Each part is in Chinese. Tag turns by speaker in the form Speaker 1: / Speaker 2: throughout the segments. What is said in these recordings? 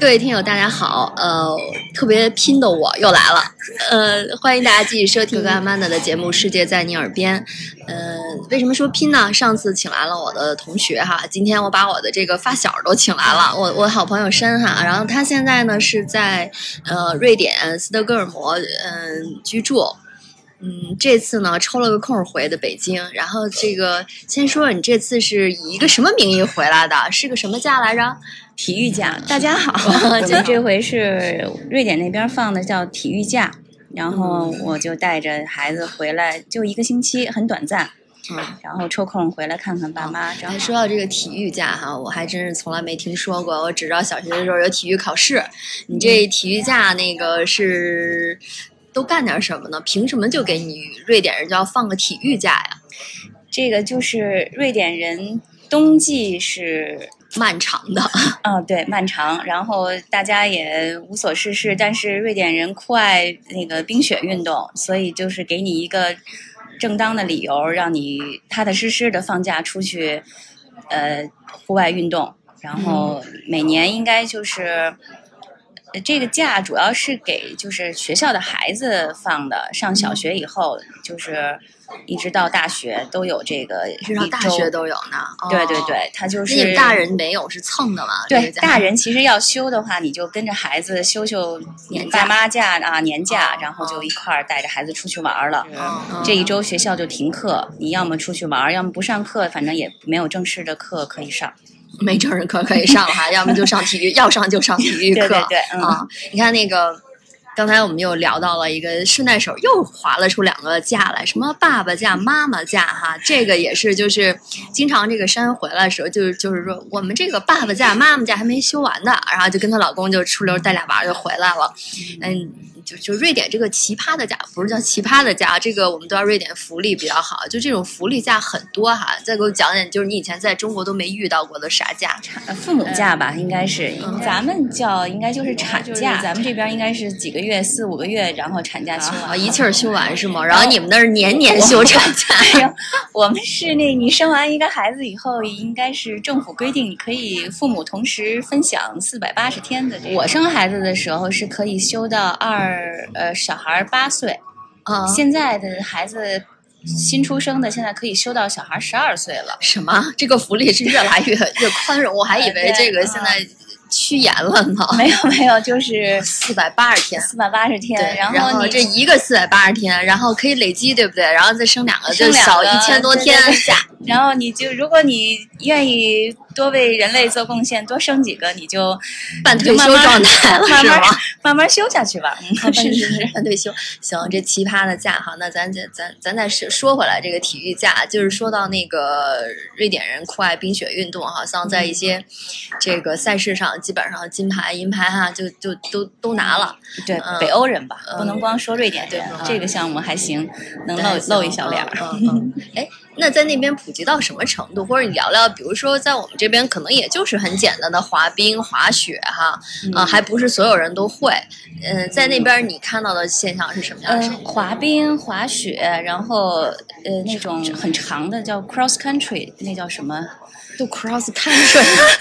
Speaker 1: 各位听友，大家好，呃，特别拼的我又来了，呃，欢迎大家继续收听格阿曼达的节目《世界在你耳边》。呃，为什么说拼呢？上次请来了我的同学哈，今天我把我的这个发小都请来了，我我好朋友申哈，然后他现在呢是在呃瑞典斯德哥尔摩嗯、居住。嗯，这次呢抽了个空儿回的北京，然后这个先说说你这次是以一个什么名义回来的？是个什么假来着？，
Speaker 2: 体育假，大家好 就呃这回是嗯瑞典那边放的叫体育假，然后我就带着孩子回来，就一个星期，很短暂，
Speaker 1: 嗯，
Speaker 2: 然后抽空回来看看爸妈。然
Speaker 1: 还
Speaker 2: 后
Speaker 1: 哎说到这个体育假哈，我还真是从来没听说过。我只知道小学的时候有体育考试。你
Speaker 2: 嗯
Speaker 1: 这体育假那个是都干点什么呢？凭什么就给你瑞典人就要放个体育假呀？
Speaker 2: 这个就是瑞典人冬季是，
Speaker 1: 漫长 的，
Speaker 2: 啊，对，漫长，然后大家也无所事事，但是瑞典人酷爱那个冰雪运动，所以就是给你一个正当的理由，让你踏踏实实的放假出去，呃，户外运动。然后
Speaker 1: 嗯
Speaker 2: 每年应该就是。呃这个假主要是给就是学校的孩子放的，上
Speaker 1: 嗯
Speaker 2: 小学以后就是一直到大学都有这个一
Speaker 1: 直
Speaker 2: 周。
Speaker 1: 到大学都有呢。哦
Speaker 2: 对对，对，他就
Speaker 1: 那
Speaker 2: 是
Speaker 1: 你们大人没有是蹭的嘛？这
Speaker 2: 对
Speaker 1: 个假
Speaker 2: 大人其实要休的话，你就跟着孩子休休
Speaker 1: 年假
Speaker 2: 爸妈假啊年假
Speaker 1: 哦，
Speaker 2: 然后就一块儿带着孩子出去玩儿了。
Speaker 1: 嗯
Speaker 2: 这一周学校就停课，你要么出去玩儿，要么不上课，反正也没有正式的课可以上。
Speaker 1: 嗯没正式课可以上哈，要么就上体育，要上就上体育
Speaker 2: 对
Speaker 1: 课。
Speaker 2: 对对，嗯，
Speaker 1: 啊，你看那个，刚才我们又聊到了一个，顺带手又划了出两个假来，什么爸爸假、妈妈假哈，这个也是就是经常这个珊回来的时候，就是就是说我们这个爸爸假、妈妈假还没休完呢，然后就跟她老公就出溜带俩娃儿就回来了，嗯。就就瑞典这个奇葩的假，不是叫奇葩的假，这个我们都知道瑞典福利比较好，就这种福利假很多哈。再给我讲讲，就是你以前在中国都没遇到过的啥假？
Speaker 2: 呃父母假吧，应该是
Speaker 1: 嗯
Speaker 2: 咱们叫应该就是产
Speaker 3: 就是
Speaker 2: 假，
Speaker 3: 咱
Speaker 2: 们这边应该是几个月四五个月，然后产假休
Speaker 1: 啊，
Speaker 2: 完。
Speaker 1: 一气儿休完是吗？然后你们那是年年休产 假。
Speaker 2: 我们是那，你生完一个孩子以后，应该是政府规定你可以父母同时分享四百八十天的这个。我生孩子的时候是可以休到二呃，小孩儿八岁，
Speaker 1: 啊，
Speaker 2: 现在的孩子新出生的现在可以休到小孩十二岁了。
Speaker 1: 什么？这个福利是越来越越宽容，我还以为这个现在趋严了呢。
Speaker 2: 嗯没有没有，就是
Speaker 1: 四百八十天，
Speaker 2: 四百八十
Speaker 1: 对
Speaker 2: 天，，
Speaker 1: 然
Speaker 2: 后你
Speaker 1: 这一个四百八十天，然后可以累积，对不对？然后再生两个，就
Speaker 2: 生两
Speaker 1: 小
Speaker 2: 个
Speaker 1: 一千多
Speaker 2: 对
Speaker 1: 天
Speaker 2: 对
Speaker 1: 假。
Speaker 2: 然后你就如果你愿意多为人类做贡献，多生几个，你 就
Speaker 1: 半退休
Speaker 2: 慢慢
Speaker 1: 状态了，
Speaker 2: 慢
Speaker 1: 是
Speaker 2: 慢
Speaker 1: 吗？
Speaker 2: 慢慢休下去吧。嗯， 是是是。
Speaker 1: 半退休。行，这奇葩的假哈，那咱咱咱咱再说说回来，这个体育假，就是说到那个瑞典人酷爱冰雪运动哈，像在一些这个赛事上，基本上金牌、银牌哈，就就都都拿了。
Speaker 2: 对
Speaker 1: 嗯，
Speaker 2: 北欧人吧，
Speaker 1: 嗯
Speaker 2: 不能光说瑞典人
Speaker 1: 对，
Speaker 2: 这个项目还行，能露
Speaker 1: 对行
Speaker 2: 嗯露一小脸儿。
Speaker 1: 嗯嗯，嗯哎、那在那边普及到什么程度？或者你聊聊，比如说在我们这边，可能也就是很简单的滑冰、滑雪哈，啊、
Speaker 2: 嗯
Speaker 1: 还不是所有人都会。嗯、在那边你看到的现象是什么样的
Speaker 2: 呃
Speaker 1: 事情？，
Speaker 2: 滑冰、滑雪，然后呃，那种很长的叫 cross country，那叫什么？
Speaker 1: 都 cross country，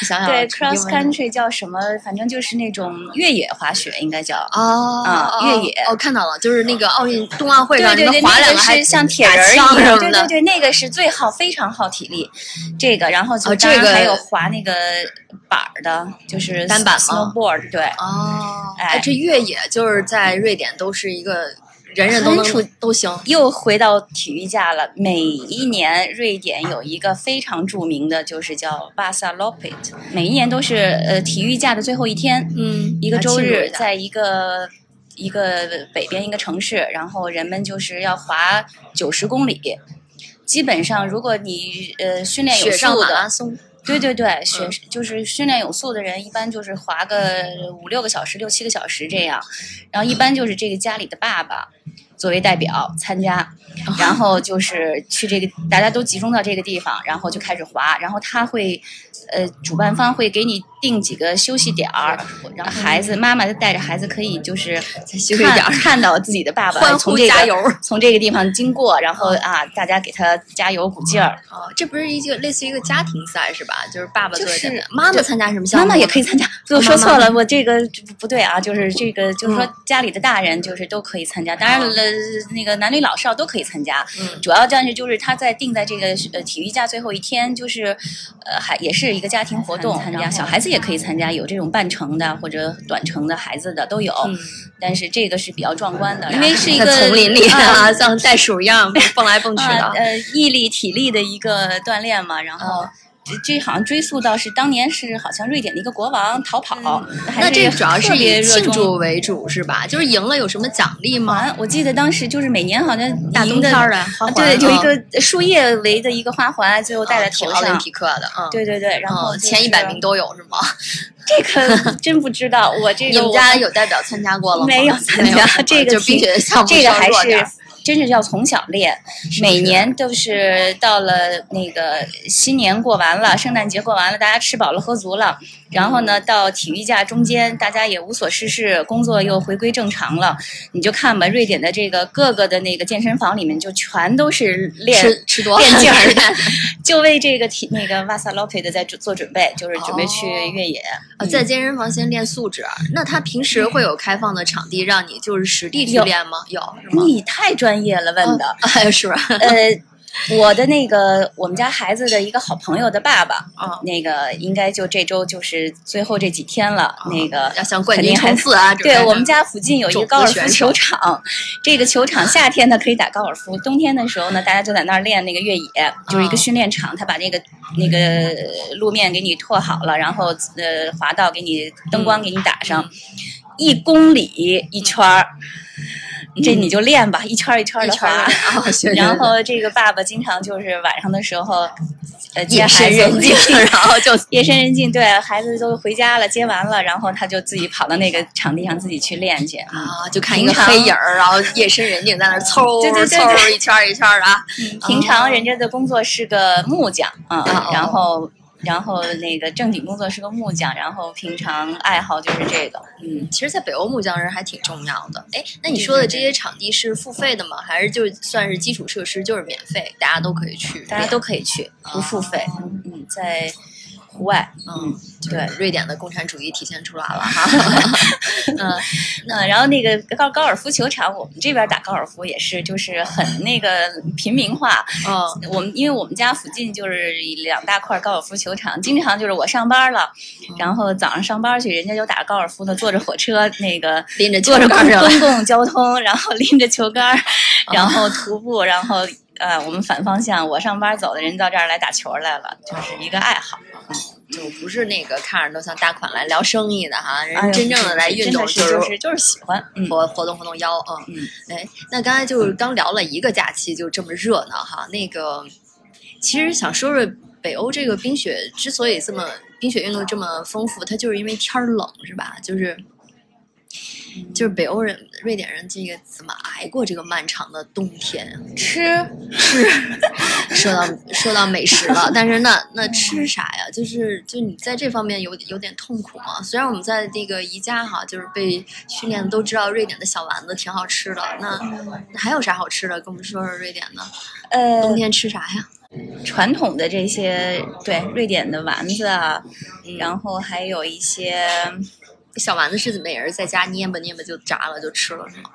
Speaker 1: 你 想想啊
Speaker 2: 对
Speaker 1: 这英文
Speaker 2: ，cross country 叫什么？反正就是那种越野滑雪，应该叫。
Speaker 1: 哦
Speaker 2: 啊
Speaker 1: 哦
Speaker 2: 越野
Speaker 1: 哦，看到了，就是那个奥运冬奥会
Speaker 2: 对
Speaker 1: 上
Speaker 2: 对
Speaker 1: 你
Speaker 2: 对，
Speaker 1: 们滑
Speaker 2: 那
Speaker 1: 两
Speaker 2: 个
Speaker 1: 还
Speaker 2: 是像铁人儿一
Speaker 1: 打枪
Speaker 2: 样，
Speaker 1: 什么
Speaker 2: 对
Speaker 1: 的
Speaker 2: 对对，那个是最耗非常耗体力。这个，然后就
Speaker 1: 哦这
Speaker 2: 当然
Speaker 1: 个
Speaker 2: 还有滑那个板儿的，就是
Speaker 1: 单板吗
Speaker 2: snowboard，对，
Speaker 1: 哦，
Speaker 2: 哎
Speaker 1: 这越野就是在瑞典都是一个人人都
Speaker 2: 很普
Speaker 1: 能都行。
Speaker 2: 又回到体育假了。每一年，瑞典有一个非常著名的，就是叫巴萨洛佩特，每一年都是呃体育假的最后一天，
Speaker 1: 嗯
Speaker 2: 一个周日，
Speaker 1: 在
Speaker 2: 在一个一个北边一个城市，然后人们就是要滑九十公里。基本上，如果你呃训练有
Speaker 1: 雪上
Speaker 2: 素
Speaker 1: 马拉
Speaker 2: 的，
Speaker 1: 松，
Speaker 2: 对对对，
Speaker 1: 嗯
Speaker 2: 雪就是训练有素的人，一般就是滑个五六个小时、六七个小时这样。然后一般就是这个家里的爸爸。作为代表参加，
Speaker 1: 哦
Speaker 2: 然后就是去这个大家都集中到这个地方，然后就开始滑，然后他会，呃，主办方会给你定几个休息点儿，然后孩子妈妈就带着孩子可以就是
Speaker 1: 休息点儿
Speaker 2: 看看到自己的爸爸
Speaker 1: 欢
Speaker 2: 从
Speaker 1: 呼
Speaker 2: 这
Speaker 1: 加
Speaker 2: 个
Speaker 1: 油！
Speaker 2: 从这个地方经过，然后啊，大家给他加油鼓劲儿。
Speaker 1: 哦，这不是一个类似于一个家庭赛是吧？就是爸爸
Speaker 2: 就
Speaker 1: 作为代
Speaker 2: 是
Speaker 1: 表妈妈
Speaker 2: 对
Speaker 1: 参加什么项
Speaker 2: 妈
Speaker 1: 目？
Speaker 2: 妈也可以 参加，我
Speaker 1: 哦
Speaker 2: 说
Speaker 1: 妈妈
Speaker 2: 错了，我这个不对啊，就是这个，就是说
Speaker 1: 嗯
Speaker 2: 家里的大人就是都可以参加，当然
Speaker 1: 哦
Speaker 2: 了，那个男女老少都可以参加。
Speaker 1: 嗯
Speaker 2: 主要但是就是他在定在这个呃体育假最后一天，就是呃还也是一个家庭活动，
Speaker 1: 参
Speaker 2: 参
Speaker 1: 加
Speaker 2: 加小孩子也可以参加，有这种半程的或者短程的孩子的都有，
Speaker 1: 嗯，
Speaker 2: 但是这个是比较壮观嗯的，因为是一
Speaker 1: 在
Speaker 2: 个
Speaker 1: 丛林里
Speaker 2: 啊
Speaker 1: 啊，像袋鼠一样蹦来蹦去
Speaker 2: 啊
Speaker 1: 的。
Speaker 2: 呃毅力体力的一个锻炼嘛，然后。
Speaker 1: 嗯
Speaker 2: 这这好像追溯到是当年是好像瑞典的一个国王逃跑，还
Speaker 1: 嗯那这主要
Speaker 2: 特
Speaker 1: 是
Speaker 2: 别
Speaker 1: 以
Speaker 2: 热
Speaker 1: 庆
Speaker 2: 衷
Speaker 1: 祝为主是吧？就是赢了有什么奖励
Speaker 2: 好
Speaker 1: 吗？
Speaker 2: 像我记得当时就是每年好像
Speaker 1: 大冬
Speaker 2: 赢
Speaker 1: 天
Speaker 2: 的，
Speaker 1: 儿的花
Speaker 2: 啊
Speaker 1: 环，
Speaker 2: 对，有一
Speaker 1: 嗯
Speaker 2: 个树叶围的一个花环，最后戴在头
Speaker 1: 哦挺奥林
Speaker 2: 上。
Speaker 1: 匹克的，嗯，
Speaker 2: 对对对，然
Speaker 1: 嗯
Speaker 2: 后就是
Speaker 1: 前一百名都有是吗？
Speaker 2: 这个 真不知道，我这
Speaker 1: 你
Speaker 2: 个
Speaker 1: 们
Speaker 2: 我
Speaker 1: 家有代表参加过了吗？
Speaker 2: 没有参加
Speaker 1: 没有是吧
Speaker 2: 这个
Speaker 1: 就冰
Speaker 2: 挺
Speaker 1: 雪项目
Speaker 2: 这个
Speaker 1: 稍
Speaker 2: 还
Speaker 1: 弱
Speaker 2: 是
Speaker 1: 点儿
Speaker 2: 真是要从小练，每年都是到了那个新年过完了，圣诞节过完了，大家吃饱了喝足了，然后呢，到体育假中间，大家也无所事事，工作又回归正常了，你就看吧，瑞典的这个各个的那个健身房里面就全都是练。
Speaker 1: 吃吃多了
Speaker 2: 练劲 儿
Speaker 1: 练
Speaker 2: 就为这个体那个瓦萨洛佩的在准做准备，就是准备去
Speaker 1: 哦
Speaker 2: 越野。
Speaker 1: 啊在健身房先练素质。那他平时会有开放的场地让你就是实地去
Speaker 2: 有嗯
Speaker 1: 练吗？有是吗？
Speaker 2: 你太专业了，问的。
Speaker 1: 哎，是吧？
Speaker 2: 呃，我的那个我们家孩子的一个好朋友的爸爸，
Speaker 1: 啊，
Speaker 2: 那个应该就这周就是最后这几天了。那个
Speaker 1: 啊要向冠
Speaker 2: 肯
Speaker 1: 军
Speaker 2: 定还
Speaker 1: 冲刺啊！准备
Speaker 2: 对
Speaker 1: 着
Speaker 2: 我们家附近有一个高尔
Speaker 1: 种
Speaker 2: 夫
Speaker 1: 子选
Speaker 2: 球场，这个球场夏天呢可以打高尔夫，冬天的时候呢，大家就在那儿练那个越野，就是
Speaker 1: 啊
Speaker 2: 一个训练场，他把那个那个路面给你拓好了，然后呃滑道给你灯光给你打上，
Speaker 1: 嗯
Speaker 2: 一公里一圈儿，这你就练吧，一圈儿一圈儿
Speaker 1: 一
Speaker 2: 的
Speaker 1: 圈
Speaker 2: 滑
Speaker 1: 儿。啊，学
Speaker 2: 然后这个爸爸经常就是晚上的时候，呃，接
Speaker 1: 夜
Speaker 2: 孩
Speaker 1: 深
Speaker 2: 子
Speaker 1: 人静，然后就
Speaker 2: 夜深人静，对孩子都回家了，接完了，然后他就自己跑到那个场地上自己去练去。
Speaker 1: 啊，就看一个黑影儿，然后夜深人静在那儿凑
Speaker 2: 嗯对对对
Speaker 1: 凑
Speaker 2: 对
Speaker 1: 一圈儿一圈儿的啊，
Speaker 2: 嗯平常人家的工作是个木匠，嗯，
Speaker 1: 哦
Speaker 2: 然后然后那个正经工作是个木匠，然后平常爱好就是这个，嗯，
Speaker 1: 其实，在北欧木匠人还挺重要的。哎，那你说的这些场地是付费的吗？还是就算是基础设施就是免费，大家都可以去练？
Speaker 2: 大家都可以去，不付费，
Speaker 1: 哦
Speaker 2: 嗯嗯，在户外，
Speaker 1: 嗯，
Speaker 2: 对
Speaker 1: 对，瑞典的共产主义体现出来了 哈。嗯，
Speaker 2: 那然后那个高高尔夫球场，我们这边打高尔夫也是，就是很那个平民化。
Speaker 1: 哦，
Speaker 2: 我们因为我们家附近就是两大块高尔夫球场，经常就是我上班了，然后早上上班去，人家就打高尔夫呢，坐着火车那个
Speaker 1: 拎着
Speaker 2: 坐着公
Speaker 1: 杆 去了。
Speaker 2: 公共交通，然后拎着球杆儿， 然后徒步，然后呃，我们反方向，我上班走的人到这儿来打球来了，就是一个爱好。
Speaker 1: 就不是那个看着都像大款来聊生意的哈，
Speaker 2: 哎
Speaker 1: 人
Speaker 2: 呦
Speaker 1: 真正的来运动
Speaker 2: 真的是就是就是喜欢，嗯。
Speaker 1: 活活动活动腰啊。
Speaker 2: 嗯，
Speaker 1: 哎，那刚才就是刚聊了一个假期就这么热闹哈，那个其实想说说北欧这个冰雪之所以这么冰雪运动这么丰富，它就是因为天儿冷是吧？就是。就是北欧人、瑞典人，这个怎么挨过这个漫长的冬天？啊
Speaker 2: 吃
Speaker 1: 说到说到美食了，但是那那吃啥呀？就是就你在这方面有有点痛苦吗？虽然我们在那个宜家哈，就是被训练的都知道瑞典的小丸子挺好吃的，那
Speaker 2: 嗯
Speaker 1: 那还有啥好吃的？跟我们说说瑞典的
Speaker 2: 呃，
Speaker 1: 冬天吃啥呀？
Speaker 2: 传统的这些，对瑞典的丸子啊，然后还有一些，
Speaker 1: 小丸子是每人在家捏吧捏吧就炸了就吃了是吗？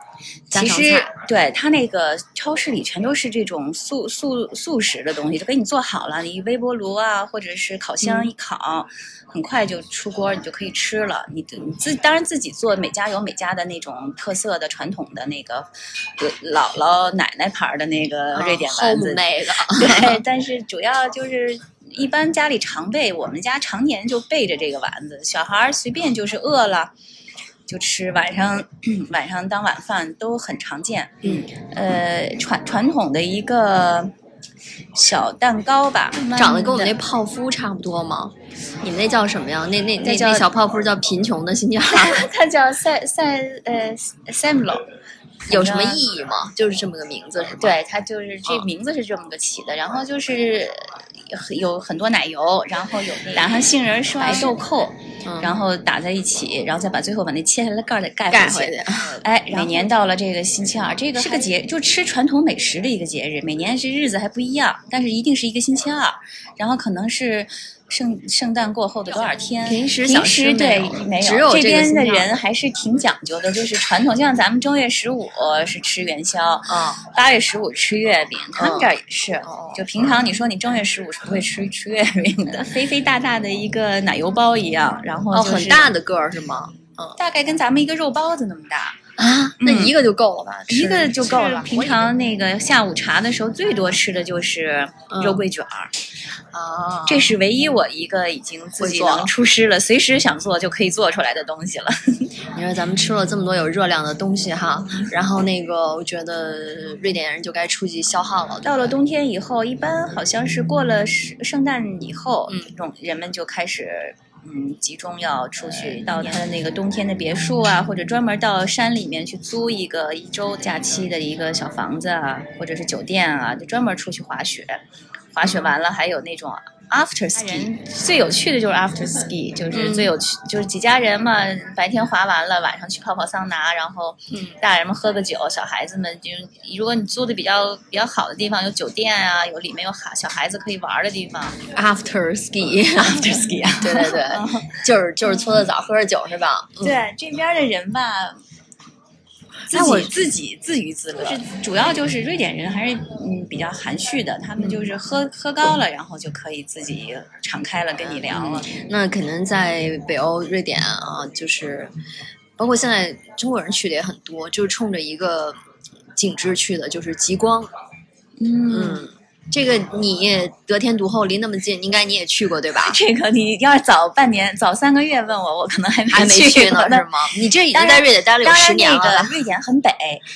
Speaker 1: 家
Speaker 2: 其
Speaker 1: 常
Speaker 2: 实
Speaker 1: 菜啊
Speaker 2: 对它那个超市里全都是这种速速速食的东西，都给你做好了，你微波炉啊或者是烤
Speaker 1: 嗯
Speaker 2: 箱一烤，很快就出锅，你就可以吃了。你你自当然自己做，每家有每家的那种特色的传统的那个呃姥姥奶奶牌儿的那个呃
Speaker 1: 啊
Speaker 2: 瑞典丸子，
Speaker 1: 那个
Speaker 2: 对，但是主要就是一般家里常备，我们家常年就备着这个丸子，小孩儿随便就是饿了。就吃晚上，晚上当晚饭都很常见。
Speaker 1: 嗯，
Speaker 2: 呃，传传统的一个小蛋糕吧，
Speaker 1: 长得跟我们那
Speaker 2: 慢
Speaker 1: 泡芙差不多吗？你们那叫什么呀？那那那
Speaker 2: 那叫
Speaker 1: 啊那小泡芙叫贫穷的新疆。嗯
Speaker 2: 慢地它叫塞塞呃塞姆罗，
Speaker 1: 有什么意义吗？就是这么个名字是吗？，
Speaker 2: 对，它就是这
Speaker 1: 嗯
Speaker 2: 名字是这么个起的，然后就是呃有很多奶油，然后有打上杏仁
Speaker 1: 白
Speaker 2: 刷、
Speaker 1: 水
Speaker 2: 豆蔻，
Speaker 1: 嗯、
Speaker 2: 然后打在一起，然后再把最后把那切下来的盖儿再盖
Speaker 1: 盖回
Speaker 2: 回 去。
Speaker 1: 去。
Speaker 2: 哎，每年到了这个星期二，这个
Speaker 1: 是
Speaker 2: 是
Speaker 1: 个
Speaker 2: 个节，就吃传统美食的一个节日，每年这日子还不一样，但是一定是一个星期二，然后可能是圣圣诞过后的多少天。
Speaker 1: 平时
Speaker 2: 平
Speaker 1: 小
Speaker 2: 时
Speaker 1: 吃
Speaker 2: 对没
Speaker 1: 只有
Speaker 2: 这
Speaker 1: 这个
Speaker 2: 边
Speaker 1: 星
Speaker 2: 的
Speaker 1: 期二
Speaker 2: 人还是挺讲究的，就是传统，就像咱们正月十五是吃元宵，
Speaker 1: 啊，
Speaker 2: 八月十五吃月饼，他们这儿也是。
Speaker 1: 哦
Speaker 2: 就平常你说你正月十五是不会吃吃月饼的，肥肥大大的一个奶油包一样，然后、
Speaker 1: 哦，
Speaker 2: 就是、嗯
Speaker 1: 很大，的个儿是吗？
Speaker 2: 大概跟咱们一个肉包子那么大，
Speaker 1: 啊，那
Speaker 2: 嗯
Speaker 1: 一个就够了吧？
Speaker 2: 一个
Speaker 1: 吃
Speaker 2: 就够了。
Speaker 1: 吃
Speaker 2: 平常那个下午茶的时候，最多吃的就是
Speaker 1: 嗯
Speaker 2: 肉桂卷儿，
Speaker 1: 啊，
Speaker 2: 这是唯一我一个已经自
Speaker 1: 会
Speaker 2: 己
Speaker 1: 做
Speaker 2: 能出师了，随时想做就可以做出来的东西了。
Speaker 1: 你说咱们吃了这么多有热量的东西哈，然后那个我觉得瑞典人就该出去消耗了。
Speaker 2: 到了冬天以后，一般好像是过了圣圣诞以后，
Speaker 1: 嗯
Speaker 2: 这种人们就开始。嗯，集中要出
Speaker 1: 哎
Speaker 2: 去到他的那个冬天的别墅啊，或者专门到山里面去租一个一周假期的一个小房子啊，或者是酒店啊，就专门出去滑雪。滑雪完了，还有那种 after ski，最有趣的就是 after ski，就是
Speaker 1: 嗯
Speaker 2: 最有趣，就是几家人嘛，白天滑完了，晚上去泡泡桑拿，然后
Speaker 1: 嗯
Speaker 2: 大人们喝个酒，小孩子们就是，如果你租的比较比较好的地方，有酒店啊，有里面有孩小孩子可以玩的地方
Speaker 1: After ski，
Speaker 2: ，after ski 啊。
Speaker 1: 对对对， 就是就是搓搓澡、喝喝酒是吧？嗯，
Speaker 2: 对这边的人吧，自
Speaker 1: 哎我
Speaker 2: 己自己自娱自乐，就是主要就是瑞典人还是嗯比较含蓄的，他们就是喝喝高了，然后就可以自己敞开了跟你聊了。
Speaker 1: 那可能在北欧、瑞典啊，就是包括现在中国人去的也很多，就是冲着一个景致去的，就是极光。嗯，这个你得天独厚，离那么近，应该你也去过对 吧？
Speaker 2: 这个你要是早半年、早三个月问我，我可能还没
Speaker 1: 还没
Speaker 2: 去
Speaker 1: 去呢
Speaker 2: 那
Speaker 1: 是吗？你这已经
Speaker 2: 当
Speaker 1: 在
Speaker 2: 然
Speaker 1: 瑞典待了有
Speaker 2: 当
Speaker 1: 十
Speaker 2: 然，
Speaker 1: 年
Speaker 2: 那
Speaker 1: 了吧。
Speaker 2: 个瑞典很北，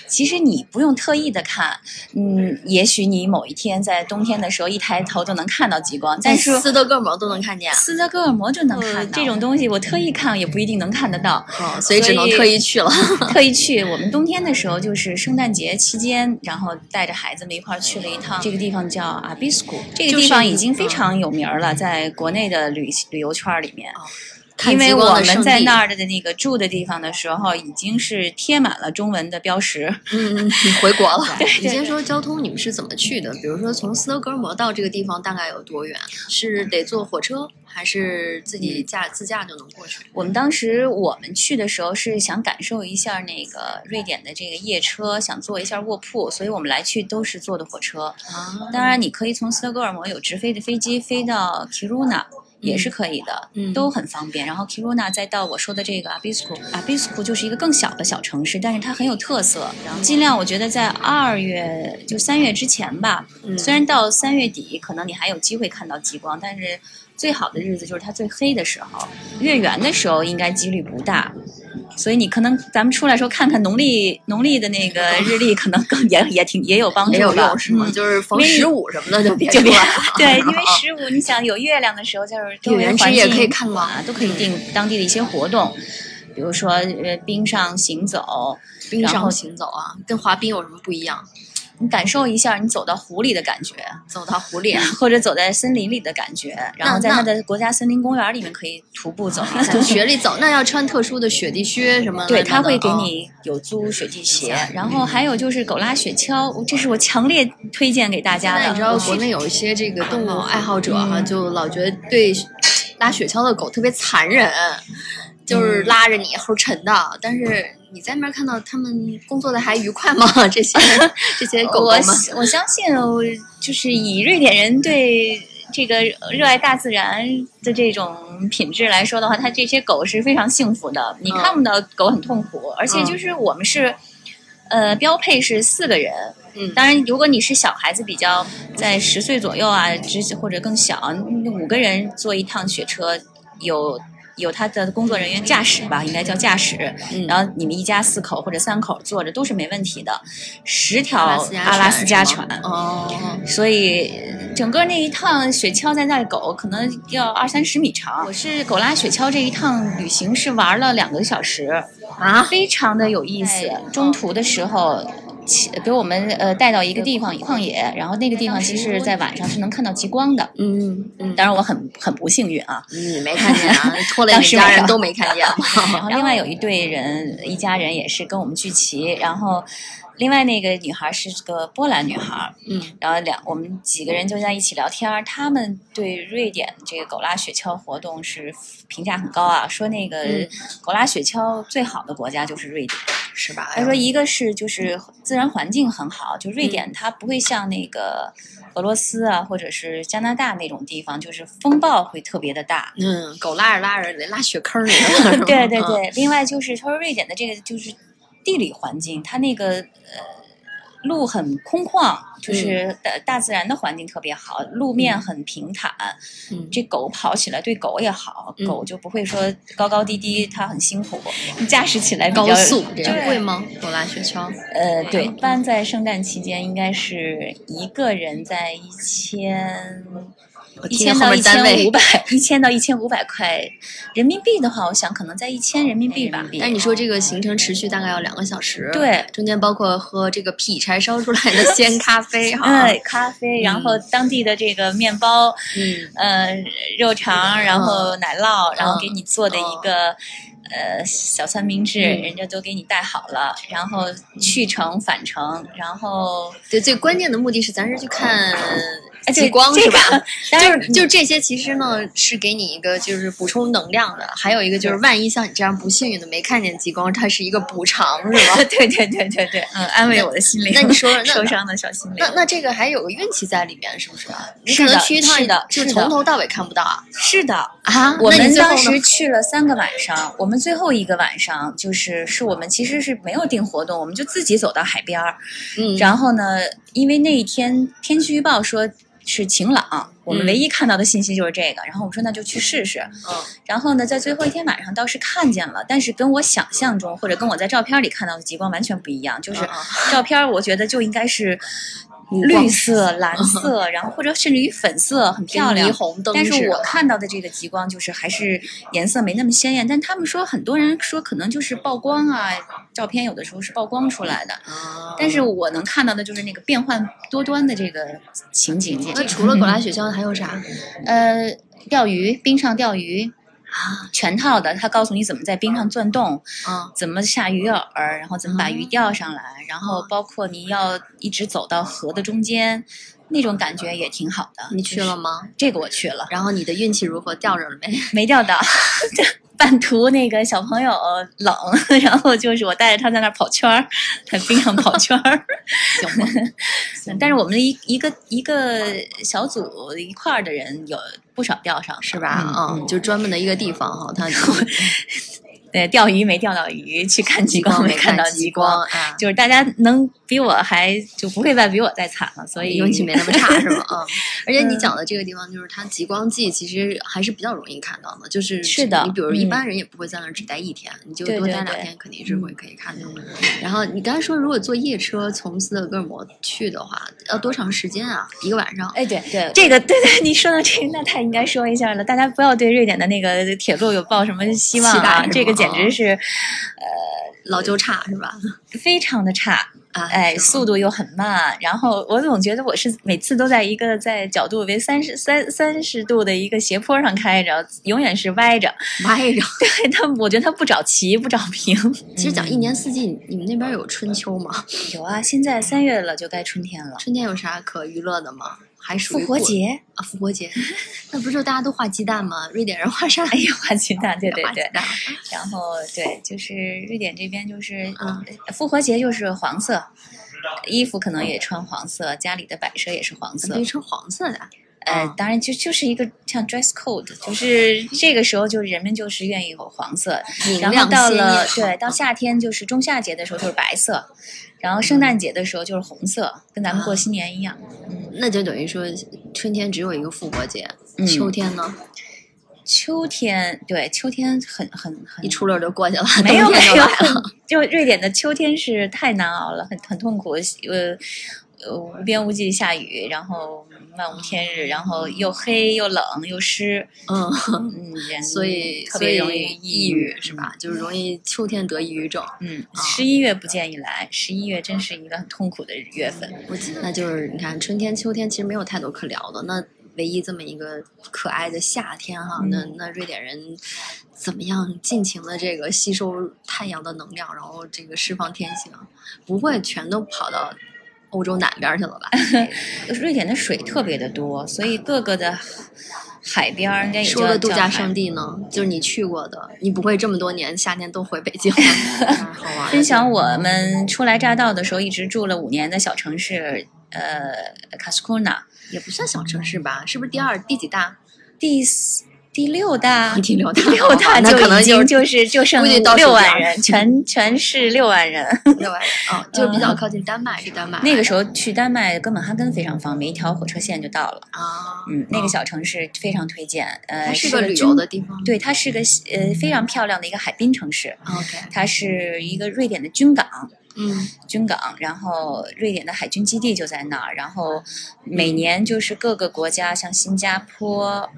Speaker 2: 其实你不用特意的看，嗯，也许你某一天在冬天的时候一抬头就能看到极光，但是
Speaker 1: 斯德哥尔摩都能看见，
Speaker 2: 斯德哥尔摩就能看到、
Speaker 1: 嗯
Speaker 2: 呃这种东西，我特意看也不一定能看得 到。
Speaker 1: 嗯，所以只能特意去 了。
Speaker 2: 特意去，我们冬天的时候就是圣诞节期间，然后带着孩子们一块儿去了一趟，这个地方叫阿比斯库，这
Speaker 1: 就
Speaker 2: 个
Speaker 1: 是
Speaker 2: 地方
Speaker 1: 一
Speaker 2: 已经
Speaker 1: 个
Speaker 2: 非常有名儿了，在国内的旅旅游圈儿里面。
Speaker 1: 看
Speaker 2: 因为
Speaker 1: 极
Speaker 2: 我
Speaker 1: 光的圣
Speaker 2: 们在
Speaker 1: 地
Speaker 2: 那，儿的那个住的地方的时候，已经是贴满了中文的标识，
Speaker 1: 嗯，嗯你回国了。
Speaker 2: 对对
Speaker 1: 你先说交通，你们是怎么去的？比如说从斯德哥尔摩到这个地方大概有多远？是得坐火车，还是自己
Speaker 2: 嗯
Speaker 1: 驾自驾就能过去？
Speaker 2: 我们当时我们去的时候是想感受一下那个瑞典的这个夜车，想坐一下卧铺，所以我们来去都是坐的火车。
Speaker 1: 啊
Speaker 2: 当然，你可以从斯德哥尔摩有直飞的飞机飞到 Kiruna。也是可以的，
Speaker 1: 嗯
Speaker 2: 都很方便。然后 Kiruna 再到我说的这个 Abisko，Abisko 就是一个更小的小城市，但是它很有特色。然后尽量我觉得在二月就三月之前吧，
Speaker 1: 嗯
Speaker 2: 虽然到三月底可能你还有机会看到极光，但是最好的日子就是它最黑的时候，月圆的时候应该几率不大。所以你可能咱们出来的时候看看农历农历的那个日历，可能更 也也挺也有帮助吧。
Speaker 1: 也有用是吗？
Speaker 2: 嗯
Speaker 1: 就是逢
Speaker 2: 因为你
Speaker 1: 十五什么的就别
Speaker 2: 就
Speaker 1: 出
Speaker 2: 别
Speaker 1: 来。
Speaker 2: 对，因为十五你想有月亮的时候，就是周
Speaker 1: 有
Speaker 2: 围
Speaker 1: 缘
Speaker 2: 环
Speaker 1: 之
Speaker 2: 境
Speaker 1: 夜可以看到
Speaker 2: 啊，都可以定当地的一些活动，比如说呃冰上行走，
Speaker 1: 冰
Speaker 2: 然
Speaker 1: 上
Speaker 2: 后
Speaker 1: 行走啊，跟滑冰有什么不一样？
Speaker 2: 你感受一下你走到湖里的感觉，
Speaker 1: 走到湖 里，啊
Speaker 2: 或者走在森林里的感觉，然后
Speaker 1: 嗯
Speaker 2: 在
Speaker 1: 那
Speaker 2: 它的国家森林公园里面可以徒步 走一下。
Speaker 1: 雪里走，那要穿特殊的雪地靴什么的。
Speaker 2: 对，他会给
Speaker 1: 哦
Speaker 2: 你有租雪地鞋，然后还有就是狗拉雪橇，这是我强烈推荐给大家
Speaker 1: 那
Speaker 2: 的。嗯
Speaker 1: 你知道
Speaker 2: 我
Speaker 1: 国
Speaker 2: 去
Speaker 1: 内有一些这个动物爱好者哈、就老觉得对拉雪橇的狗特别残忍，就是
Speaker 2: 嗯
Speaker 1: 拉着你齁沉的。但是你在那边看到他们工作的还愉快吗？ 这些这些狗狗
Speaker 2: 我
Speaker 1: 们，
Speaker 2: 我相信，我就是以瑞典人对这个热爱大自然的这种品质来说的话，它这些狗是非常幸福的。你
Speaker 1: 嗯
Speaker 2: 看不到狗很痛苦，而且就是我们是。呃，标配是四个人。
Speaker 1: 嗯
Speaker 2: 当然，如果你是小孩子，比较在十岁左右啊，只或者更小，那五个人坐一趟雪车，有有他的工作人员驾驶吧，应该叫驾驶。
Speaker 1: 嗯
Speaker 2: 然后你们一家四口或者三口坐着都是没问题的，十条
Speaker 1: 阿拉斯加
Speaker 2: 阿拉斯加
Speaker 1: 犬
Speaker 2: 犬
Speaker 1: 是吗，哦，
Speaker 2: 所以呃整个那一趟雪橇再带狗，可能要二三十米长。我是狗拉雪橇这一趟旅行是玩了两个小时，
Speaker 1: 啊，
Speaker 2: 非常的有意思。
Speaker 1: 哎
Speaker 2: 中
Speaker 1: 哦
Speaker 2: 途的时候。骑给我们呃带到一个地方旷野，然后那个地方其实在晚上是能看到极光的。
Speaker 1: 嗯嗯，
Speaker 2: 当然我很很不幸运啊。
Speaker 1: 你没看见啊？ 拖了你
Speaker 2: 当
Speaker 1: 们
Speaker 2: 时
Speaker 1: 家
Speaker 2: 没
Speaker 1: 人
Speaker 2: 有
Speaker 1: 都没看 见吗？
Speaker 2: 然后另外有一队人，一家人也是跟我们聚齐，然后另外那个女孩是个波兰女孩，
Speaker 1: 嗯，
Speaker 2: 然后两我们几个人就在一起聊天儿，他们对瑞典这个狗拉雪橇活动是评价很高啊，说那个
Speaker 1: 嗯
Speaker 2: 狗拉雪橇最好的国家就是瑞典。
Speaker 1: 是吧？哎
Speaker 2: 他说一个是就是自然环境很好，就瑞典它不会像那个俄罗斯啊或者是加拿大那种地方，就是风暴会特别的大。
Speaker 1: 嗯，狗拉着拉着得拉雪坑 里了，是吧
Speaker 2: 对对，
Speaker 1: 嗯
Speaker 2: 对，另外就是他说瑞典的这个就是地理环境，它那个呃路很空旷，
Speaker 1: 嗯
Speaker 2: 就是大大自然的环境特别好，路面很平坦，
Speaker 1: 嗯
Speaker 2: 这狗跑起来对狗也好，
Speaker 1: 嗯
Speaker 2: 狗就不会说高高低低，它很辛苦，驾驶起来比较
Speaker 1: 高速嗯这
Speaker 2: 就
Speaker 1: 样
Speaker 2: 是
Speaker 1: 贵吗？狗拉雪橇
Speaker 2: 呃，对，一般在圣诞期间应该是一个人在一千。
Speaker 1: 我
Speaker 2: 一
Speaker 1: 听
Speaker 2: 千
Speaker 1: 后
Speaker 2: 到
Speaker 1: 面
Speaker 2: 一
Speaker 1: 单
Speaker 2: 千
Speaker 1: 位
Speaker 2: 五百，一千到一千五百块人民币的话，我想可能在一千人民币吧。
Speaker 1: 但你说这个行程持续大概要两个小时，
Speaker 2: 对，
Speaker 1: 中间包括喝这个劈柴烧出来 的鲜咖啡哈，
Speaker 2: 嗯，咖啡，然后当地的这个面包，
Speaker 1: 嗯，
Speaker 2: 呃，肉肠，然后奶酪，然后给你做的一
Speaker 1: 嗯
Speaker 2: 个、呃小三明治，
Speaker 1: 嗯
Speaker 2: 人家都给你带好了，然后去程返程，然后
Speaker 1: 对，最关键的目的是咱是去看
Speaker 2: 哎对
Speaker 1: 极光
Speaker 2: 这
Speaker 1: 是吧？
Speaker 2: 个当
Speaker 1: 就
Speaker 2: 然
Speaker 1: 是就是这些，其实呢是给你一个就是补充能量的，还有一个就是万一像你这样不幸运的没看见极光，它是一个补偿，是 吧？
Speaker 2: 对对对对对对，嗯，安慰我的心灵，
Speaker 1: 那你说说那
Speaker 2: 受伤的小心灵
Speaker 1: 那。那这个还有个运气在里面，是不是啊？你
Speaker 2: 是
Speaker 1: 可能
Speaker 2: 的
Speaker 1: 去一趟
Speaker 2: 是的
Speaker 1: 就是从
Speaker 2: 的
Speaker 1: 头到尾看不到啊
Speaker 2: 是的，
Speaker 1: 啊！
Speaker 2: 我
Speaker 1: 那你
Speaker 2: 们
Speaker 1: 最后
Speaker 2: 当
Speaker 1: 呢
Speaker 2: 时去了三个晚上，我们最后一个晚上就是是我们其实是没有定活动，我们就自己走到海边儿。
Speaker 1: 嗯，
Speaker 2: 然后呢，因为那一天天气预报说是晴朗，我们
Speaker 1: 嗯
Speaker 2: 唯一看到的信息就是这个。然后我们说那就去试试。
Speaker 1: 嗯
Speaker 2: 然后呢，在最后一天晚上倒是看见了，但是跟我想象中或者跟我在照片里看到的极光完全不一样。就是
Speaker 1: 嗯嗯
Speaker 2: 照片儿我觉得就应该是
Speaker 1: 光
Speaker 2: 绿色、蓝色，然后或者甚至于粉色，很漂亮
Speaker 1: 跟嗯霓。虹灯啊
Speaker 2: 但是
Speaker 1: 似
Speaker 2: 我
Speaker 1: 的
Speaker 2: 看到的这个极光就是还是颜色没那么鲜艳，但他们说很多人说可能就是曝光啊，照片有的时候是曝光出来的。
Speaker 1: 啊
Speaker 2: 但是我能看到的就是那个变幻多端的这个情景。嗯
Speaker 1: 那除了狗拉雪橇还有啥？
Speaker 2: 呃，钓鱼，冰上钓鱼啊，全套的，他告诉你怎么在冰上钻洞，
Speaker 1: 啊，
Speaker 2: 怎么下鱼饵，然后怎么把鱼
Speaker 1: 哦
Speaker 2: 钓上来，然后包括你要一直走到河的中间，那种感觉也挺好的。
Speaker 1: 你去
Speaker 2: 就是
Speaker 1: 了吗？
Speaker 2: 这个我去了，
Speaker 1: 然后你的运气如何？掉着了没？
Speaker 2: 没钓到。 半途那个小朋友冷， 然后就是我带着他在那儿跑圈儿，在冰上跑圈儿。
Speaker 1: 行吗？
Speaker 2: 但是我们一一个一个小组一块儿的人有不少钓上的，
Speaker 1: 是吧？啊、
Speaker 2: 嗯，嗯
Speaker 1: 就专门的一个地方哈， 它
Speaker 2: 对，钓鱼没钓到鱼，去看极光没看到
Speaker 1: 极
Speaker 2: 光，
Speaker 1: 啊，
Speaker 2: 就是大家能比我还就不会再比我再惨了，所以
Speaker 1: 运气没那么差是吧？ 啊，而且你
Speaker 2: 嗯
Speaker 1: 讲的这个地方就是它极光季，其实还是比较容易看到的，就是
Speaker 2: 是的
Speaker 1: 你比如一
Speaker 2: 嗯
Speaker 1: 般人也不会在那儿只待一天，你就
Speaker 2: 对
Speaker 1: 多
Speaker 2: 对
Speaker 1: 待两
Speaker 2: 对嗯
Speaker 1: 天肯定是会可以看到的。然后你刚才说，如果坐夜车从斯德哥尔摩去的话，要多长时间啊？一个晚上？
Speaker 2: 哎，对对，这个对对，你说到这个，那太应该说一下了。大家不要对瑞典的那个铁路有抱什么希望
Speaker 1: 期待
Speaker 2: 啊
Speaker 1: 是，吗嗯
Speaker 2: 这个简直是
Speaker 1: 老就差是吧？
Speaker 2: 非常的差。
Speaker 1: 啊，
Speaker 2: 哎，
Speaker 1: 是吗
Speaker 2: 速度又很慢，然后我总觉得我是每次都在一个在角度为三十三三十度的一个斜坡上开着，永远是歪着。
Speaker 1: 歪着。
Speaker 2: 对他，我觉得他不找齐，不找平。
Speaker 1: 其实讲一
Speaker 2: 嗯
Speaker 1: 年四季，你们那边有春秋吗？
Speaker 2: 有啊，现在三月了，就该春天了。
Speaker 1: 春天有啥可娱乐的吗？还属
Speaker 2: 复
Speaker 1: 于
Speaker 2: 活
Speaker 1: 过
Speaker 2: 节，
Speaker 1: 啊，复活节， 那不是大家都画鸡蛋吗？瑞典人画啥？
Speaker 2: 哎呀，花鸡蛋， 对对
Speaker 1: 画鸡
Speaker 2: 对。
Speaker 1: 蛋。
Speaker 2: 然后对，就是瑞典这边就是、
Speaker 1: 嗯
Speaker 2: 复活节就是黄色，衣服可能也穿黄色，家里的摆设也啊是黄
Speaker 1: 怎
Speaker 2: 色
Speaker 1: 么。穿黄色的？
Speaker 2: 呃
Speaker 1: 嗯，
Speaker 2: 当然就就是一个像 dress code，就是这个时候就是人们就是愿意有黄色，
Speaker 1: 明
Speaker 2: 然后
Speaker 1: 亮
Speaker 2: 到
Speaker 1: 鲜
Speaker 2: 了
Speaker 1: 艳
Speaker 2: 对到夏天就是中夏节的时候就是白色，然后圣诞节的时候就是红色，跟咱们
Speaker 1: 啊
Speaker 2: 过新年一样。
Speaker 1: 嗯那就等于说春天只有一个复活节，
Speaker 2: 嗯
Speaker 1: 秋天呢？
Speaker 2: 秋天，对，秋天很很很
Speaker 1: 一出溜就过去了，
Speaker 2: 没有
Speaker 1: 冬
Speaker 2: 没
Speaker 1: 天就
Speaker 2: 有
Speaker 1: 来了。，
Speaker 2: 就瑞典的秋天是太难熬了，很很痛苦，呃呃无边无际下雨，然后漫无天日，然后又黑又冷又湿，
Speaker 1: 嗯，
Speaker 2: 嗯，人
Speaker 1: 所以
Speaker 2: 特
Speaker 1: 所
Speaker 2: 别
Speaker 1: 以
Speaker 2: 容易
Speaker 1: 抑
Speaker 2: 郁
Speaker 1: 郁是？吧？啊就是容易秋天得抑郁症。
Speaker 2: 嗯，十一月不建议来，十一月真是一个很痛苦的月份。
Speaker 1: 我记那就是你看春天、秋天其实没有太多可聊的，那唯一这么一个可爱的夏天哈，
Speaker 2: 嗯
Speaker 1: 那那瑞典人怎么样尽情的这个吸收太阳的能量，然后这个释放天性，不会全都跑到欧洲南边儿去了吧？
Speaker 2: 瑞典的水特别的多，所以各个的海边儿应该也
Speaker 1: 说
Speaker 2: 叫
Speaker 1: 的度
Speaker 2: 叫
Speaker 1: 假
Speaker 2: 海
Speaker 1: 胜地呢，就是你去过的，你不会这么多年夏天都回北京 吗？好玩儿的
Speaker 2: 分享我们初来乍到的时候，一直住了五年的小城市，呃，卡斯库纳，
Speaker 1: 也不算小城市吧？是不是第二第几大？，
Speaker 2: 第四第六大
Speaker 1: 第六大，
Speaker 2: 六大
Speaker 1: 那
Speaker 2: 就
Speaker 1: 可能
Speaker 2: 已
Speaker 1: 就
Speaker 2: 经就是就剩
Speaker 1: 估计倒数
Speaker 2: 六
Speaker 1: 第
Speaker 2: 万
Speaker 1: 二
Speaker 2: 人，全全市六万人。
Speaker 1: 六万人 啊，就是比较靠近丹麦，是丹麦
Speaker 2: 那个时候去丹麦哥本哈根非常方便，一条火车线就到了。
Speaker 1: 啊，
Speaker 2: 嗯，那个小城市非常推荐，
Speaker 1: 它
Speaker 2: 呃，
Speaker 1: 是个旅
Speaker 2: 军
Speaker 1: 游的，地方。
Speaker 2: 对，它是个呃非常漂亮的一个海滨城市，
Speaker 1: ，OK，
Speaker 2: 它是一个瑞典的军港，
Speaker 1: 嗯，
Speaker 2: 军港，然后瑞典的海军基地就在那儿，然后每年就是各个国家，像新加坡，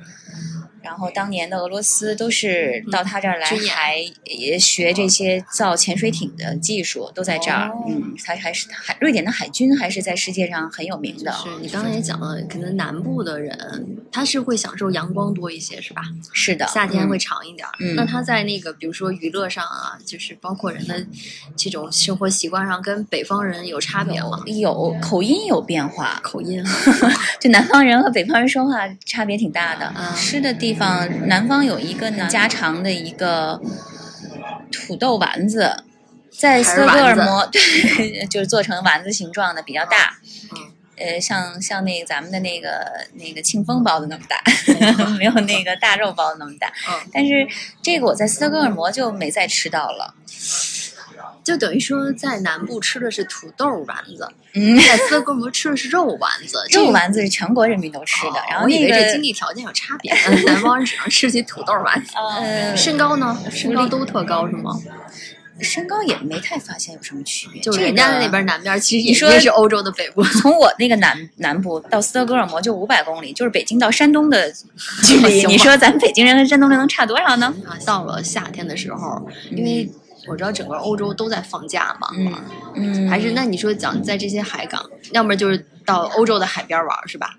Speaker 2: 然后当年的俄罗斯都是到他这儿来
Speaker 1: 嗯军演
Speaker 2: 还也学这些造潜水艇的技术，都在这儿。
Speaker 1: 哦
Speaker 2: 嗯，它还是海瑞典的海军还是在世界上很有名的。
Speaker 1: 是你刚才也讲了，可能南部的人他是会享受阳光多一些，是吧？
Speaker 2: 是的，
Speaker 1: 夏天
Speaker 2: 嗯
Speaker 1: 会长一点儿。
Speaker 2: 嗯
Speaker 1: 那他在那个比如说娱乐上啊，就是包括人的这种生活习惯上，跟北方人有差别吗？
Speaker 2: 有口音有变化，
Speaker 1: 口音啊，
Speaker 2: 就南方人和北方人说话差别挺大的。
Speaker 1: 啊
Speaker 2: 吃的地方，南方有一个很家常的一个土豆丸子，在斯德哥尔摩， 对，就是做成丸子形状的，比较大。
Speaker 1: 嗯
Speaker 2: 呃，像像那个咱们的那个那个庆丰包子那么大， 没有那个大肉包子那么大。
Speaker 1: 嗯，
Speaker 2: 但是这个我在斯德哥尔摩就没再吃到了。
Speaker 1: 就等于说在南部吃的是土豆丸子，
Speaker 2: 嗯，
Speaker 1: 在斯德哥尔摩吃的是肉丸子，这
Speaker 2: 肉丸子是全国人民都吃的，
Speaker 1: 哦
Speaker 2: 然后
Speaker 1: 我以
Speaker 2: 那
Speaker 1: 为
Speaker 2: 个
Speaker 1: 这经济条件有差别，嗯南方人只能吃起土豆丸 子。
Speaker 2: 呃
Speaker 1: 身高呢？身高都特高是吗？
Speaker 2: 身高也没太发现有什么区别，
Speaker 1: 就是
Speaker 2: 这
Speaker 1: 人家
Speaker 2: 个
Speaker 1: 那边南边，其实
Speaker 2: 你说
Speaker 1: 也也是欧洲的北部。
Speaker 2: 从我那个南南部到斯德哥尔摩就五百公里，就是北京到山东的距 离。
Speaker 1: 行吧
Speaker 2: 你说咱们北京人跟山东人能差多少呢？
Speaker 1: 啊，到了夏天的时候，因为我知道整个欧洲都在放假嘛，
Speaker 2: 嗯嗯，
Speaker 1: 还是那你说讲在这些海港，要么就是到欧洲的海边玩是吧？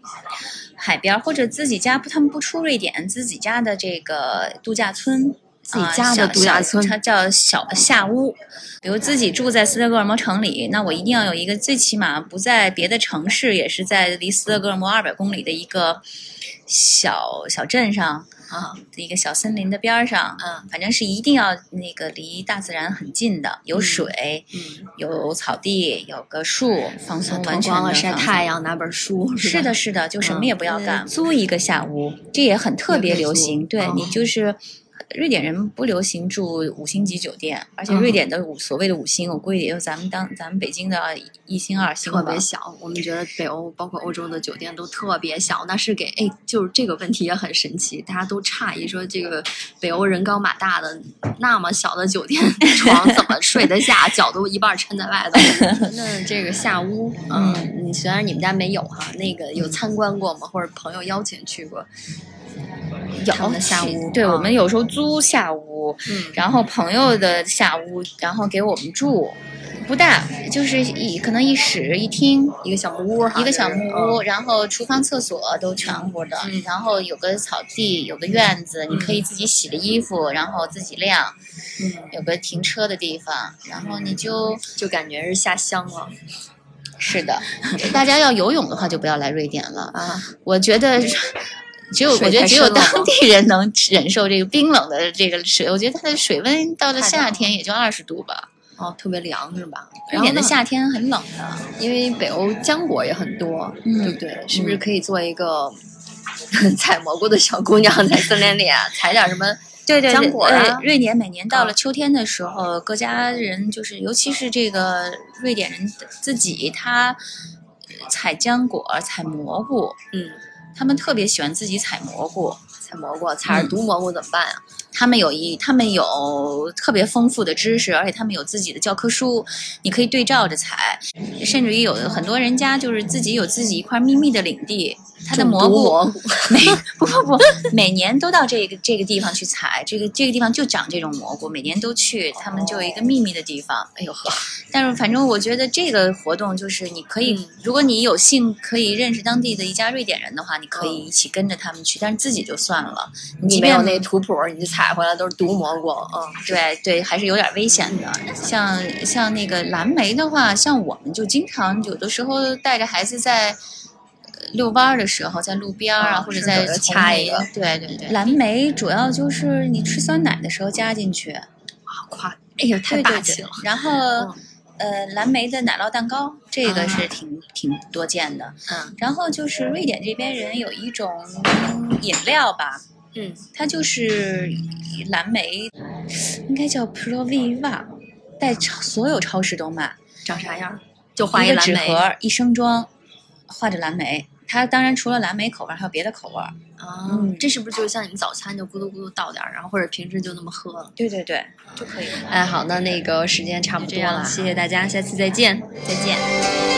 Speaker 2: 海边儿或者自己家不，他们不出瑞典，自己家的这个度假村。
Speaker 1: 自己家的度假村
Speaker 2: 啊小小它叫小夏屋。比如自己住在斯德哥尔摩城里，那我一定要有一个最起码不在别的城市，也是在离斯德哥尔摩二百公里的一个小小镇上，
Speaker 1: 啊，
Speaker 2: 一个小森林的边儿上，啊
Speaker 1: 嗯
Speaker 2: 反正是一定要那个离大自然很近的，有水，
Speaker 1: 嗯，
Speaker 2: 有草地，有个树，放松完
Speaker 1: 脱
Speaker 2: 全
Speaker 1: 光了
Speaker 2: 的
Speaker 1: 晒
Speaker 2: 放
Speaker 1: 太
Speaker 2: 松。
Speaker 1: 阳，拿本书
Speaker 2: 是的，
Speaker 1: 吧
Speaker 2: 是的，就什
Speaker 1: 嗯
Speaker 2: 么也不要干，租一个下屋，这也很特别流
Speaker 1: 也可以
Speaker 2: 行。
Speaker 1: 租
Speaker 2: 对、
Speaker 1: 哦
Speaker 2: 你就是，瑞典人不流行住五星级酒店，而且
Speaker 1: 嗯
Speaker 2: 瑞典的五、所谓的五星，我估计也就咱们当咱们北京的一星二星
Speaker 1: 特
Speaker 2: 嗯吧
Speaker 1: 别。小，我们觉得北欧包括欧洲的酒店都特别小，那是给哎，就是这个问题也很神奇，大家都诧异说这个北欧人高马大的那么小的酒 店床怎么睡得下，脚都一半撑在外头。那这个下屋，嗯，你虽然你们家没有哈、那个有参观过吗？或者朋友邀请去过？他们的下屋
Speaker 2: 对、
Speaker 1: 啊
Speaker 2: 我们有时候租下屋，
Speaker 1: 嗯，
Speaker 2: 然后朋友的下屋，然后给我们住，不大，就是一可能一室一厅。
Speaker 1: 一个小木屋哈，
Speaker 2: 一个小
Speaker 1: 就
Speaker 2: 木
Speaker 1: 是
Speaker 2: 屋，然后厨房、厕所都全屋的，
Speaker 1: 嗯
Speaker 2: 然后有个草地，有个院子，你可以自己洗的衣服，然后自己晾，
Speaker 1: 嗯，嗯
Speaker 2: 有个停车的地方，然后你就
Speaker 1: 就感觉是下乡了
Speaker 2: 是的，大家要游泳的话就不要来瑞典了，
Speaker 1: 啊。
Speaker 2: 我觉得。只有我
Speaker 1: 水
Speaker 2: 觉得
Speaker 1: 太
Speaker 2: 只有
Speaker 1: 深了
Speaker 2: 当
Speaker 1: 吗
Speaker 2: 地人能忍受这个冰冷的这个水，我觉得它的水温到了
Speaker 1: 太冷
Speaker 2: 夏
Speaker 1: 了
Speaker 2: 天也就二十度吧。
Speaker 1: 哦，特别凉是吧？
Speaker 2: 瑞典的
Speaker 1: 呢
Speaker 2: 夏天很冷的，
Speaker 1: 因为北欧浆果也很多，
Speaker 2: 嗯
Speaker 1: 对不对？是不是可以做一个 采蘑菇的小姑娘，在森林里啊采点什么？
Speaker 2: 对对对，
Speaker 1: 浆果啊
Speaker 2: 呃瑞典每年到了
Speaker 1: 啊
Speaker 2: 秋天的时候，各家人就是，尤其是这个瑞典人自己，他呃采浆果、采蘑菇，
Speaker 1: 嗯，
Speaker 2: 他们特别喜欢自己采蘑菇。
Speaker 1: 采蘑菇，采着毒蘑菇怎么办呀、啊
Speaker 2: 他们有一，他们有特别丰富的知识，而且他们有自己的教科书，你可以对照着采。甚至于有很多人家就是自己有自己一块秘密的领地，他的
Speaker 1: 种
Speaker 2: 蘑
Speaker 1: 毒
Speaker 2: 菇
Speaker 1: 蘑菇，
Speaker 2: 每不不不，每年都到这个这个地方去采，这个这个地方就长这种蘑菇，每年都去，他们就有一个秘密的地方。
Speaker 1: 哎呦呵，
Speaker 2: 但是反正我觉得这个活动就是你可以，
Speaker 1: 嗯
Speaker 2: 如果你有幸可以认识当地的一家瑞典人的话，你可以
Speaker 1: 嗯
Speaker 2: 一起跟着他们去，但是自己就算了。
Speaker 1: 你
Speaker 2: 即
Speaker 1: 没有
Speaker 2: 便
Speaker 1: 那图谱，你采回来都是毒蘑菇，嗯，
Speaker 2: 对对，还是有点危险的。像像那个蓝莓的话，像我们就经常有的时候带着孩子在呃遛弯儿的时候，在路边儿啊，
Speaker 1: 啊
Speaker 2: 或者
Speaker 1: 顺
Speaker 2: 在
Speaker 1: 手就
Speaker 2: 丛
Speaker 1: 掐一
Speaker 2: 林
Speaker 1: 个。
Speaker 2: 对对对，蓝莓主要就是你吃酸奶的时候加进去，
Speaker 1: 夸，哎呀，太
Speaker 2: 对
Speaker 1: 霸
Speaker 2: 对
Speaker 1: 气
Speaker 2: 对
Speaker 1: 了。。
Speaker 2: 然后
Speaker 1: 嗯
Speaker 2: 呃，蓝莓的奶酪蛋糕，这个是
Speaker 1: 啊
Speaker 2: 挺挺多见的。
Speaker 1: 嗯
Speaker 2: 然后就是瑞典这边人有一种饮料吧，
Speaker 1: 嗯，
Speaker 2: 它就是蓝莓，应该叫 Proviva，在超所有超市都卖，
Speaker 1: 长啥样儿？就画
Speaker 2: 一个
Speaker 1: 蓝
Speaker 2: 纸
Speaker 1: 莓
Speaker 2: 盒儿一升装，画着蓝莓。它当然除了蓝莓口味儿，还有别的口味儿。
Speaker 1: 啊
Speaker 2: 嗯
Speaker 1: 这是不是就是像你们早餐就咕嘟咕嘟倒点儿，然后或者平时就那么喝啊了？
Speaker 2: 对对对，就可以了。
Speaker 1: 哎，好，那那个时间差不
Speaker 2: 就
Speaker 1: 多
Speaker 2: 这样
Speaker 1: 了，
Speaker 2: 了
Speaker 1: 谢谢大家，下次再见。
Speaker 2: 再见。